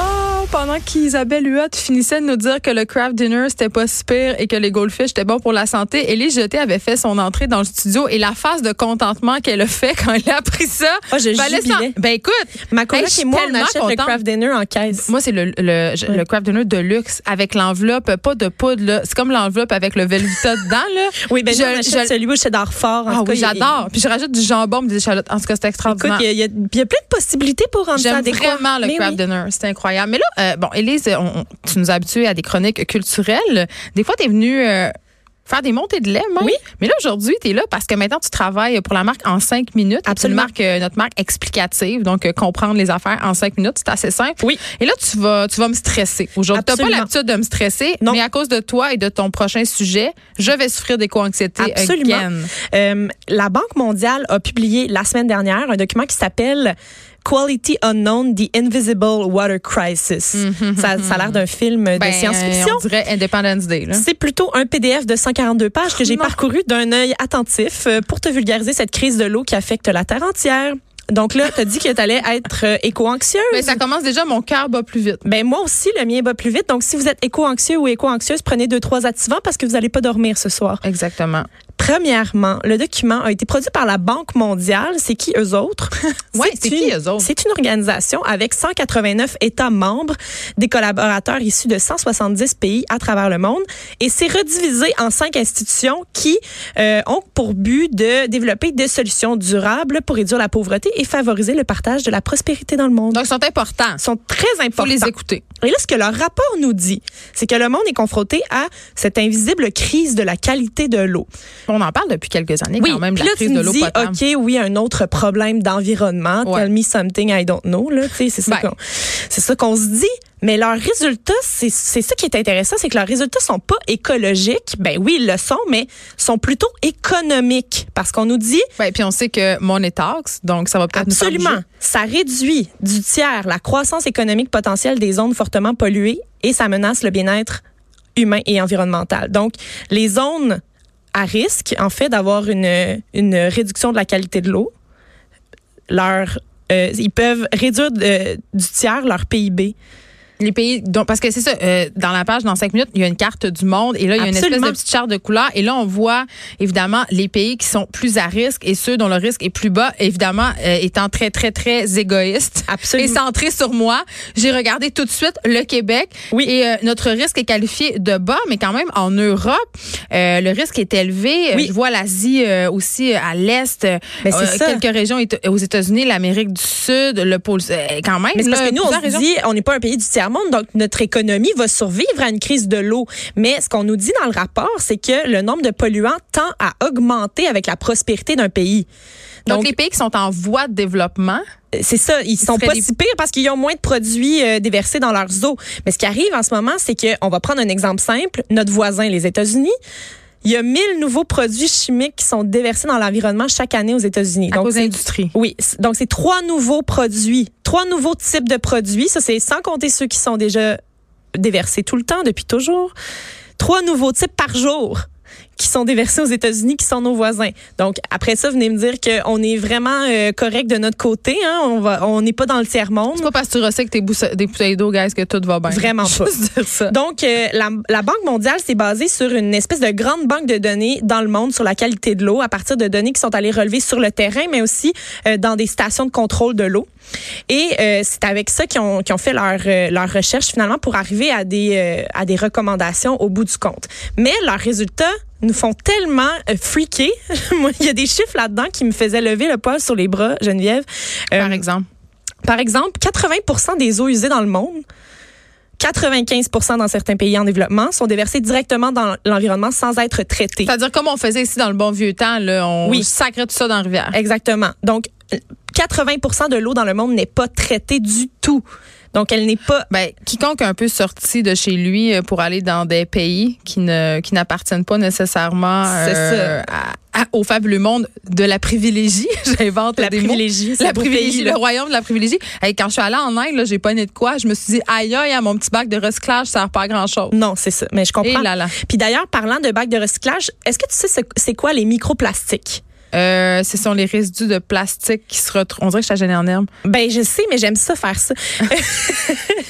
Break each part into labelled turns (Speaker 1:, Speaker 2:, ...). Speaker 1: Oh, pendant qu'Isabelle Huot finissait de nous dire que le craft dinner, c'était pas si pire et que les goldfish étaient bons pour la santé, Élie Jeté avait fait son entrée dans le studio et la phase de contentement qu'elle a fait quand elle a pris ça.
Speaker 2: Ah, je
Speaker 1: valait cent-
Speaker 2: jubilais.
Speaker 1: Ben écoute,
Speaker 2: Ma coloc
Speaker 1: hey, je suis
Speaker 2: et moi, on
Speaker 1: tellement
Speaker 2: achète le
Speaker 1: contente.
Speaker 2: craft dinner en caisse.
Speaker 1: Moi, c'est le, le, je- le craft dinner de luxe avec l'enveloppe, pas de poudre. là. C'est comme l'enveloppe avec le Velvita dedans. Là.
Speaker 2: oui, ben
Speaker 1: je-
Speaker 2: non, on achète
Speaker 1: je-
Speaker 2: celui au cheddar fort. En
Speaker 1: Ah
Speaker 2: tout cas,
Speaker 1: oui,
Speaker 2: il y a-
Speaker 1: j'adore. Puis je rajoute du jambon, des échalotes. En tout cas, c'était
Speaker 2: Écoute,
Speaker 1: extraordinaire.
Speaker 2: il y, a- il y a- il y a plein de possibilités pour rendre ça
Speaker 1: J'aime
Speaker 2: adéquat.
Speaker 1: vraiment le
Speaker 2: Mais
Speaker 1: craft
Speaker 2: oui.
Speaker 1: dinner. C'est incroyable. Mais là, euh, bon, Élise, on- on- tu nous as habitués à des chroniques culturelles. Des fois, tu es venue euh, faire des montées de lait, même.
Speaker 2: Oui.
Speaker 1: Mais là, aujourd'hui, tu es là parce que maintenant, tu travailles pour la marque en cinq minutes.
Speaker 2: Absolument.
Speaker 1: Une marque, euh, notre marque explicative. Donc, euh, comprendre les affaires en cinq minutes, c'est assez simple.
Speaker 2: Oui.
Speaker 1: Et là, tu vas, tu vas me stresser. Aujourd'hui, tu pas
Speaker 2: Absolument.
Speaker 1: l'habitude de me stresser.
Speaker 2: Non.
Speaker 1: Mais à cause de toi et de ton prochain sujet, je vais souffrir d'éco-anxiété.
Speaker 2: Absolument.
Speaker 1: again.
Speaker 2: Euh, la Banque mondiale a publié la semaine dernière un document qui s'appelle Quality Unknown, The Invisible Water Crisis. ça, ça a l'air d'un film de
Speaker 1: Mm-hmm. Ben,
Speaker 2: science-fiction.
Speaker 1: On dirait Independence Day. Là.
Speaker 2: C'est plutôt un PDF de 142 pages que j'ai
Speaker 1: Non.
Speaker 2: parcouru d'un œil attentif euh, pour te vulgariser cette crise de l'eau qui affecte la Terre entière. Donc là, t'as dit que t'allais être euh, éco-anxieuse.
Speaker 1: Mais Ben, ça commence déjà, mon cœur bat plus vite.
Speaker 2: Ben moi aussi, le mien va plus vite. Donc si vous êtes éco-anxieux ou éco-anxieuse, prenez deux trois activants parce que vous n'allez pas dormir ce soir.
Speaker 1: Exactement.
Speaker 2: Premièrement, le document a été produit par la Banque mondiale. C'est qui eux autres?
Speaker 1: Ouais, c'est
Speaker 2: une-
Speaker 1: qui, eux autres?
Speaker 2: C'est une organisation avec 189 États membres, des collaborateurs issus de 170 pays à travers le monde. Et c'est redivisé en cinq institutions qui euh, ont pour but de développer des solutions durables pour réduire la pauvreté et favoriser le partage de la prospérité dans le monde.
Speaker 1: Donc, ils sont importants.
Speaker 2: Ils sont très
Speaker 1: faut les
Speaker 2: importants.
Speaker 1: écouter.
Speaker 2: Et là, ce que leur rapport nous dit, c'est que le monde est confronté à cette invisible crise de la qualité de l'eau.
Speaker 1: On en parle depuis quelques années quand même,
Speaker 2: puis
Speaker 1: la
Speaker 2: là,
Speaker 1: crise
Speaker 2: tu
Speaker 1: de
Speaker 2: me
Speaker 1: l'eau
Speaker 2: dis,
Speaker 1: potable.
Speaker 2: OK, oui, un autre problème d'environnement.
Speaker 1: Ouais.
Speaker 2: Tell me something I don't know. Là, tu sais, c'est ça
Speaker 1: Ben.
Speaker 2: qu'on c'est ça qu'on se dit. Mais leurs résultats, c'est c'est ça qui est intéressant, c'est que leurs résultats sont pas écologiques. Ben oui, ils le sont, mais sont plutôt économiques. Parce qu'on nous dit,
Speaker 1: Ouais, Ben, puis on sait que mon est taxe, donc ça va peut-être nous faire
Speaker 2: Absolument.
Speaker 1: bouger.
Speaker 2: Ça réduit du tiers la croissance économique potentielle des zones fortement polluées et ça menace le bien-être humain et environnemental. Donc, les zones à risque, en fait, d'avoir une, une réduction de la qualité de l'eau, leur, euh, ils peuvent réduire de- du tiers leur PIB.
Speaker 1: Les pays, donc, parce que c'est ça, euh, dans la page, dans cinq minutes, il y a une carte du monde et là, il y a une espèce
Speaker 2: Absolument.
Speaker 1: de petite charte de couleurs. Et là, on voit évidemment les pays qui sont plus à risque et ceux dont le risque est plus bas, évidemment, euh, étant très, très, très égoïste
Speaker 2: Absolument.
Speaker 1: et centré sur moi. J'ai regardé tout de suite le Québec
Speaker 2: Oui.
Speaker 1: et euh, notre risque est qualifié de bas, mais quand même, en Europe, euh, le risque est élevé. Euh,
Speaker 2: Oui.
Speaker 1: Je vois l'Asie euh, aussi euh, à l'est, euh,
Speaker 2: Ben, c'est ça.
Speaker 1: quelques régions éta- aux États-Unis, l'Amérique du Sud, le pôle, euh, quand même.
Speaker 2: Mais c'est parce
Speaker 1: là,
Speaker 2: que nous, on
Speaker 1: plusieurs
Speaker 2: se
Speaker 1: régions.
Speaker 2: dit, on n'est pas un pays du tiers-monde, donc notre économie va survivre à une crise de l'eau. Mais ce qu'on nous dit dans le rapport, c'est que le nombre de polluants tend à augmenter avec la prospérité d'un pays.
Speaker 1: Donc,
Speaker 2: Donc,
Speaker 1: les pays qui sont en voie de développement,
Speaker 2: c'est ça, ils sont
Speaker 1: seraient
Speaker 2: pas
Speaker 1: des-
Speaker 2: si pires parce qu'ils ont moins de produits euh, déversés dans leurs eaux. Mais ce qui arrive en ce moment, c'est que on va prendre un exemple simple, notre voisin, les États-Unis. Il y a 1000 nouveaux produits chimiques qui sont déversés dans l'environnement chaque année aux États-Unis.
Speaker 1: à
Speaker 2: Donc,
Speaker 1: cause de l'industrie.
Speaker 2: oui, c- donc c'est trois nouveaux produits, trois nouveaux types de produits. Ça, c'est sans compter ceux qui sont déjà déversés tout le temps, depuis toujours. Trois nouveaux types par jour qui sont déversés aux États-Unis, qui sont nos voisins. Donc, après ça, venez me dire qu'on est vraiment euh, correct de notre côté. Hein? On va, on n'est pas dans le tiers-monde.
Speaker 1: C'est pas parce que tu recycles tes bousse- des bouteilles d'eau, guys, que tout va bien.
Speaker 2: Vraiment pas.
Speaker 1: Juste dire ça.
Speaker 2: Donc, euh, la, la Banque mondiale s'est basée sur une espèce de grande banque de données dans le monde sur la qualité de l'eau à partir de données qui sont allées relever sur le terrain, mais aussi euh, dans des stations de contrôle de l'eau. Et euh, c'est avec ça qu'ils ont, qu'ils ont fait leur, euh, leur recherche finalement pour arriver à des, euh, à des recommandations au bout du compte. Mais leurs résultats nous font tellement euh, freaker. Moi, il y a des chiffres là-dedans qui me faisaient lever le poil sur les bras, Geneviève. Euh,
Speaker 1: Par exemple.
Speaker 2: par exemple, 80 des eaux usées dans le monde, 95 dans certains pays en développement, sont déversées directement dans l'environnement sans être traitées.
Speaker 1: C'est-à-dire, comme on faisait ici dans le bon vieux temps, là, on
Speaker 2: Oui.
Speaker 1: sacrait tout ça dans la rivière.
Speaker 2: Exactement. Donc, 80 de l'eau dans le monde n'est pas traitée du tout. Donc, elle n'est pas...
Speaker 1: Ben, quiconque a un peu sorti de chez lui euh, pour aller dans des pays qui ne qui n'appartiennent pas nécessairement euh,
Speaker 2: C'est
Speaker 1: à- à- au fabuleux monde de la privilégie, j'invente
Speaker 2: La
Speaker 1: des mots.
Speaker 2: privilégie, c'est
Speaker 1: La
Speaker 2: beau
Speaker 1: privilégie,
Speaker 2: pays,
Speaker 1: le
Speaker 2: là.
Speaker 1: royaume de la privilégie. Hey, quand je suis allée en Inde, là, j'ai pas né de quoi. Je me suis dit, aïe, aïe, mon petit bac de recyclage, ça sert pas à grand chose.
Speaker 2: Non, c'est ça. Mais je comprends.
Speaker 1: Et là là.
Speaker 2: Puis d'ailleurs, parlant de bacs de recyclage, est-ce que tu sais ce- c'est quoi les microplastiques?
Speaker 1: Euh, ce sont les résidus de plastique qui se retrouvent. On dirait que je suis gênée en herbe.
Speaker 2: Ben, je sais, mais j'aime ça faire ça.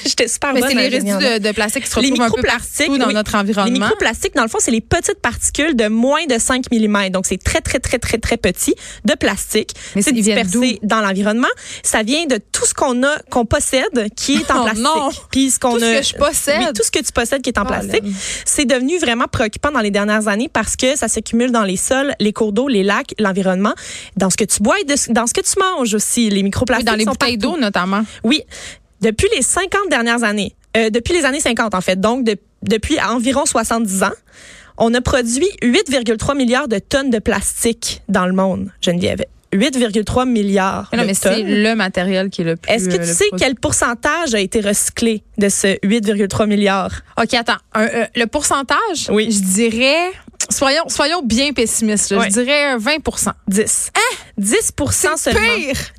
Speaker 2: J'étais super
Speaker 1: Mais
Speaker 2: Ah,
Speaker 1: c'est
Speaker 2: bonne à
Speaker 1: les
Speaker 2: la
Speaker 1: résidus
Speaker 2: génie en herbe.
Speaker 1: de, de plastique qui se
Speaker 2: Les
Speaker 1: retrouvent un peu
Speaker 2: microplastiques,
Speaker 1: partout dans
Speaker 2: oui.
Speaker 1: notre
Speaker 2: Les
Speaker 1: environnement.
Speaker 2: microplastiques, dans le fond, c'est les petites particules de moins de 5 mm. Donc, c'est très, très, très, très, très petit de plastique.
Speaker 1: Mais
Speaker 2: c'est
Speaker 1: ils viennent
Speaker 2: dispersé dans l'environnement. Ça vient de tout ce qu'on a, qu'on possède, qui est en
Speaker 1: Oh
Speaker 2: plastique.
Speaker 1: non!
Speaker 2: Puis ce qu'on
Speaker 1: Tout ce
Speaker 2: a-
Speaker 1: que je possède.
Speaker 2: Oui, tout ce que tu possèdes qui est en
Speaker 1: Oh,
Speaker 2: plastique.
Speaker 1: Hélène.
Speaker 2: C'est devenu vraiment préoccupant dans les dernières années parce que ça s'accumule dans les sols, les cours d'eau, les lacs, l'environnement, dans ce que tu bois et de- dans ce que tu manges aussi. Les
Speaker 1: Oui,
Speaker 2: microplastiques
Speaker 1: dans les
Speaker 2: sont
Speaker 1: bouteilles
Speaker 2: partout.
Speaker 1: d'eau, notamment.
Speaker 2: Oui, depuis les 50 dernières années, euh, depuis les années 50 en fait, donc de- depuis environ 70 ans, on a produit 8,3 milliards de tonnes de plastique dans le monde, Geneviève. 8,3 milliards
Speaker 1: Mais non,
Speaker 2: de
Speaker 1: mais c'est
Speaker 2: tonnes.
Speaker 1: le matériel qui est le plus.
Speaker 2: Est-ce que
Speaker 1: euh,
Speaker 2: tu
Speaker 1: le
Speaker 2: sais
Speaker 1: plus-
Speaker 2: quel pourcentage a été recyclé de ce 8,3 milliards?
Speaker 1: OK, attends. Un, euh, le pourcentage,
Speaker 2: Oui.
Speaker 1: je dirais. Soyons, soyons bien pessimistes. là.
Speaker 2: Ouais.
Speaker 1: Je dirais euh, 20
Speaker 2: 10.
Speaker 1: Hein?
Speaker 2: 10 seulement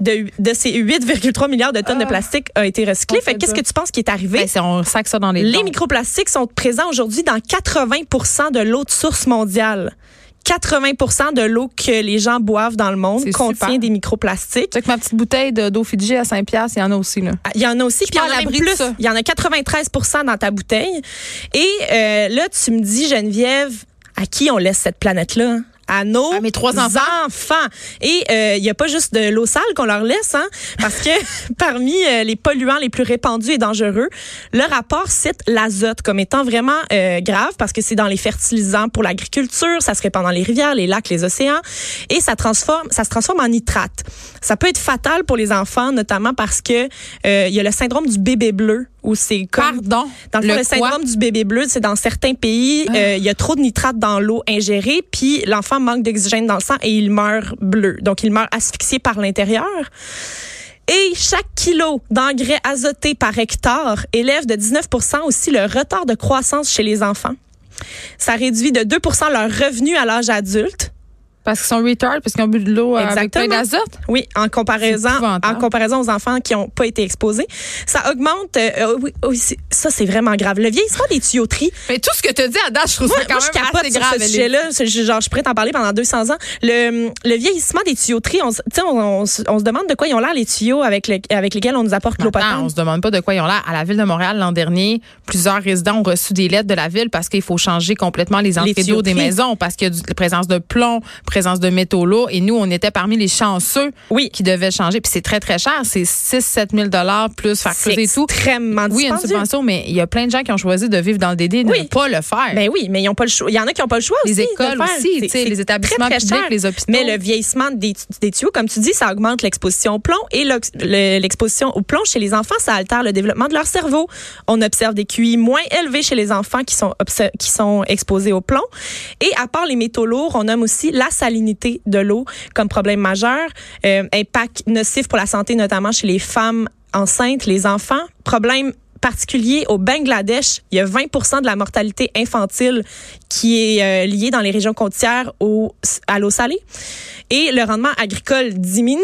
Speaker 2: de, de ces 8,3 milliards de tonnes de
Speaker 1: Ah.
Speaker 2: plastique a été recyclé.
Speaker 1: Oh,
Speaker 2: Fait
Speaker 1: c'est
Speaker 2: que qu'est-ce
Speaker 1: dur.
Speaker 2: que tu penses qui est arrivé?
Speaker 1: Ben, c'est- on sac ça dans les.
Speaker 2: Les
Speaker 1: dents.
Speaker 2: microplastiques sont présents aujourd'hui dans 80 de l'eau de source mondiale. 80 de l'eau que les gens boivent dans le monde
Speaker 1: C'est
Speaker 2: contient
Speaker 1: super.
Speaker 2: des microplastiques.
Speaker 1: Tu sais que ma petite bouteille de- d'eau Fidji à 5 piastres, il y en a aussi, là.
Speaker 2: Ah, Il y en a aussi,
Speaker 1: Je
Speaker 2: puis il y
Speaker 1: suis
Speaker 2: en
Speaker 1: à
Speaker 2: a même
Speaker 1: l'abri de
Speaker 2: plus.
Speaker 1: ça.
Speaker 2: Il y en a 93 dans ta bouteille. Et euh, là, tu me dis, Geneviève, à qui on laisse cette planète-là? hein? À nos
Speaker 1: À mes trois enfants.
Speaker 2: enfants. Et euh, il n'y a pas juste de l'eau sale qu'on leur laisse, hein, parce que parmi euh, les polluants les plus répandus et dangereux, le rapport cite l'azote comme étant vraiment euh, grave parce que c'est dans les fertilisants pour l'agriculture, ça se répand dans les rivières, les lacs, les océans, et ça transforme, ça se transforme en nitrate. Ça peut être fatal pour les enfants, notamment parce que euh, il y a le syndrome du bébé bleu où c'est comme
Speaker 1: Pardon.
Speaker 2: dans le, fond,
Speaker 1: quoi?
Speaker 2: le
Speaker 1: Ah.
Speaker 2: syndrome du bébé bleu, c'est dans certains pays, euh, il y a trop de nitrate dans l'eau ingérée, puis l'enfant manque d'oxygène dans le sang et il meurt bleu. Donc, il meurt asphyxié par l'intérieur. Et chaque kilo d'engrais azoté par hectare élève de 19 aussi le retard de croissance chez les enfants. Ça réduit de 2 leur revenu à l'âge adulte.
Speaker 1: Parce qu'ils sont retard, parce qu'ils ont bu de l'eau euh, avec
Speaker 2: Exactement.
Speaker 1: plein d'azote.
Speaker 2: Oui, en comparaison,
Speaker 1: C'est
Speaker 2: en
Speaker 1: épouvantable.
Speaker 2: comparaison aux enfants qui n'ont pas été exposés. Ça augmente, euh, euh, oui, oui, c'est- ça c'est vraiment grave. Le vieillissement des tuyauteries,
Speaker 1: Mais tout ce que tu as dit à date, je trouve ça quand
Speaker 2: moi, je
Speaker 1: même
Speaker 2: capote
Speaker 1: assez
Speaker 2: sur
Speaker 1: grave.
Speaker 2: ce
Speaker 1: Hélène.
Speaker 2: sujet-là. C'est- je- Genre, je suis prête à en parler pendant 200 ans. Le, le vieillissement des tuyauteries, on, se- tu sais, on, on se on se demande de quoi ils ont l'air, les tuyaux avec, le- avec lesquels on nous apporte l'eau
Speaker 1: Bah, Attends, on
Speaker 2: potable.
Speaker 1: se demande pas de quoi ils ont l'air. À la ville de Montréal l'an dernier, plusieurs résidents ont reçu des lettres de la ville parce qu'il faut changer complètement les entrées d'eau des
Speaker 2: tuyauteries.
Speaker 1: maisons parce qu'il y a du- la présence de plomb, présence de métaux lourds et nous on était parmi les chanceux
Speaker 2: Oui.
Speaker 1: qui devaient changer puis c'est très très cher, c'est 6 7 000 dollars plus faire
Speaker 2: C'est
Speaker 1: creuser et tout.
Speaker 2: extrêmement
Speaker 1: Oui, il y a une
Speaker 2: dispendieux.
Speaker 1: subvention mais il y a plein de gens qui ont choisi de vivre dans le DD et de
Speaker 2: Oui.
Speaker 1: ne pas le faire.
Speaker 2: Ben oui, mais ils ont pas le choix. Il y en a qui n'ont pas le choix
Speaker 1: Les
Speaker 2: aussi. de
Speaker 1: écoles
Speaker 2: le faire.
Speaker 1: aussi,
Speaker 2: C'est-
Speaker 1: tu sais,
Speaker 2: c'est
Speaker 1: les établissements
Speaker 2: très, très
Speaker 1: publics,
Speaker 2: cher.
Speaker 1: les hôpitaux.
Speaker 2: Mais le vieillissement des, des tuyaux, comme tu dis, ça augmente l'exposition au plomb et l'ox- le- l'exposition au plomb chez les enfants, ça altère le développement de leur cerveau. On observe des QI moins élevés chez les enfants qui sont, obse- qui sont exposés au plomb. Et à part les métaux lourds, on nomme aussi la salinité de l'eau comme problème majeur, Euh, impact nocif pour la santé, notamment chez les femmes enceintes, les enfants, problème particulier au Bangladesh, il y a 20 de la mortalité infantile qui est euh, liée dans les régions côtières au, à l'eau salée. Et le rendement agricole diminue.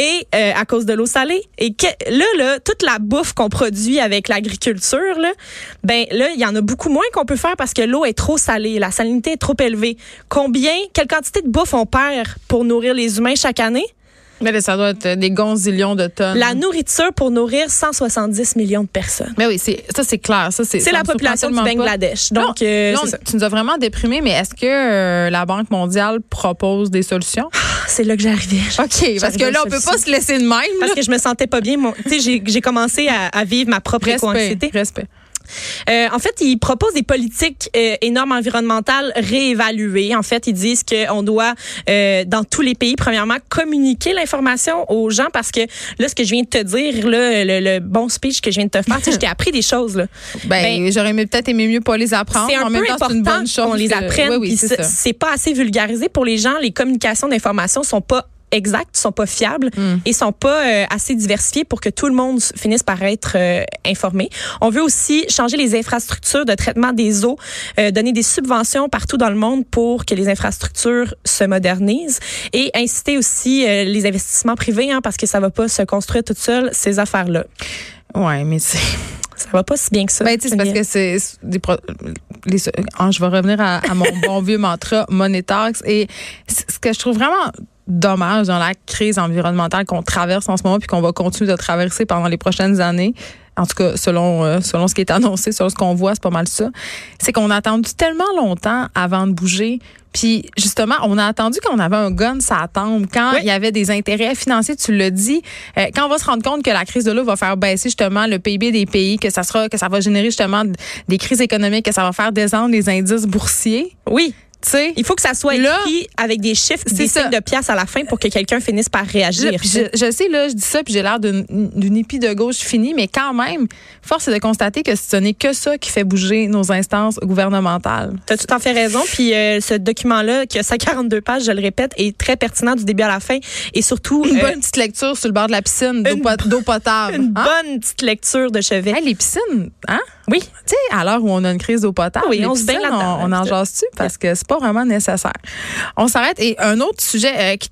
Speaker 2: Et euh, à cause de l'eau salée. Et que, là, là, toute la bouffe qu'on produit avec l'agriculture, là, ben là, il y en a beaucoup moins qu'on peut faire parce que l'eau est trop salée, la salinité est trop élevée. Combien, quelle quantité de bouffe on perd pour nourrir les humains chaque année?
Speaker 1: Mais là, ça doit être des gonzillions de tonnes.
Speaker 2: La nourriture pour nourrir 170 millions de personnes.
Speaker 1: mais oui, c'est ça c'est clair, ça c'est
Speaker 2: C'est
Speaker 1: ça
Speaker 2: la
Speaker 1: me surprend
Speaker 2: population du
Speaker 1: tellement pas.
Speaker 2: Bangladesh. Donc, euh,
Speaker 1: Là, on-
Speaker 2: c'est ça.
Speaker 1: tu nous as vraiment déprimés, mais est-ce que euh, la Banque mondiale propose des solutions?
Speaker 2: C'est là que j'arrivais.
Speaker 1: OK, parce que là, on peut pas se laisser de même.
Speaker 2: Parce que je me sentais pas bien. Mon- tu sais, j'ai- j'ai commencé à, à vivre ma propre
Speaker 1: Respect,
Speaker 2: éco-anxiété.
Speaker 1: respect.
Speaker 2: Euh, en fait, ils proposent des politiques euh, et normes environnementales réévaluées. En fait, ils disent qu'on doit, euh, dans tous les pays, premièrement, communiquer l'information aux gens parce que là, ce que je viens de te dire, là, le, le bon speech que je viens de te faire, tu sais, je t'ai appris des choses. Là.
Speaker 1: Ben, j'aurais aimé- peut-être aimé mieux pas les apprendre.
Speaker 2: C'est un
Speaker 1: en
Speaker 2: peu
Speaker 1: même temps, c'est une
Speaker 2: important
Speaker 1: bonne chose.
Speaker 2: qu'on les
Speaker 1: que-
Speaker 2: apprenne.
Speaker 1: Oui, oui,
Speaker 2: puis
Speaker 1: c'est
Speaker 2: c'est-
Speaker 1: ça.
Speaker 2: c'est pas assez vulgarisé pour les gens. Les communications d'information sont pas exactes, sont pas fiables
Speaker 1: Mm.
Speaker 2: et sont pas euh, assez diversifiées pour que tout le monde s- finisse par être euh, informé. On veut aussi changer les infrastructures de traitement des eaux, euh, donner des subventions partout dans le monde pour que les infrastructures se modernisent et inciter aussi euh, les investissements privés hein, parce que ça va pas se construire tout seul ces affaires-là.
Speaker 1: Ouais, mais c'est.
Speaker 2: Ça va pas si bien que ça.
Speaker 1: Ben, tu sais, c'est parce que c'est des pro- les- ah, je vais revenir à, à mon bon vieux mantra monétax et c- ce que je trouve vraiment dommage dans la crise environnementale qu'on traverse en ce moment puis qu'on va continuer de traverser pendant les prochaines années. En tout cas, selon euh, selon ce qui est annoncé, selon ce qu'on voit, c'est pas mal ça. C'est qu'on a attendu tellement longtemps avant de bouger. Puis justement, on a attendu qu'on avait un gun ça tombe quand
Speaker 2: Oui.
Speaker 1: il y avait des intérêts financiers, tu le dis, euh, quand on va se rendre compte que la crise de l'eau va faire baisser justement le PIB des pays, que ça sera que ça va générer justement d- des crises économiques, que ça va faire descendre les indices boursiers,
Speaker 2: Oui.
Speaker 1: tu sais.
Speaker 2: Il faut que ça soit
Speaker 1: Là,
Speaker 2: écrit avec des chiffres,
Speaker 1: c'est
Speaker 2: des
Speaker 1: ça.
Speaker 2: signes de pièces à la fin pour que quelqu'un finisse par
Speaker 1: Je,
Speaker 2: réagir.
Speaker 1: puis je- je sais, là, je dis ça, puis j'ai l'air d'une d'une hippie de gauche finie, mais quand même, force est de constater que ce n'est que ça qui fait bouger nos instances gouvernementales.
Speaker 2: T'as tout à fait raison. Puis euh, ce document-là, qui a 142 pages, je le répète, est très pertinent du début à la fin. Et surtout,
Speaker 1: Une
Speaker 2: euh,
Speaker 1: bonne petite lecture sur le bord de la piscine d'eau
Speaker 2: une
Speaker 1: pot- d'eau potable.
Speaker 2: une
Speaker 1: hein?
Speaker 2: bonne petite lecture de chevet.
Speaker 1: Hey, les piscines, hein?
Speaker 2: Oui.
Speaker 1: Tu sais, à l'heure où on a une crise d'eau potable,
Speaker 2: Ah oui,
Speaker 1: les
Speaker 2: on se baigne
Speaker 1: piscines,
Speaker 2: là-dedans,
Speaker 1: on, on en
Speaker 2: d'habitude.
Speaker 1: jase-tu parce que c'est pas vraiment nécessaire. On s'arrête et un autre sujet euh, qui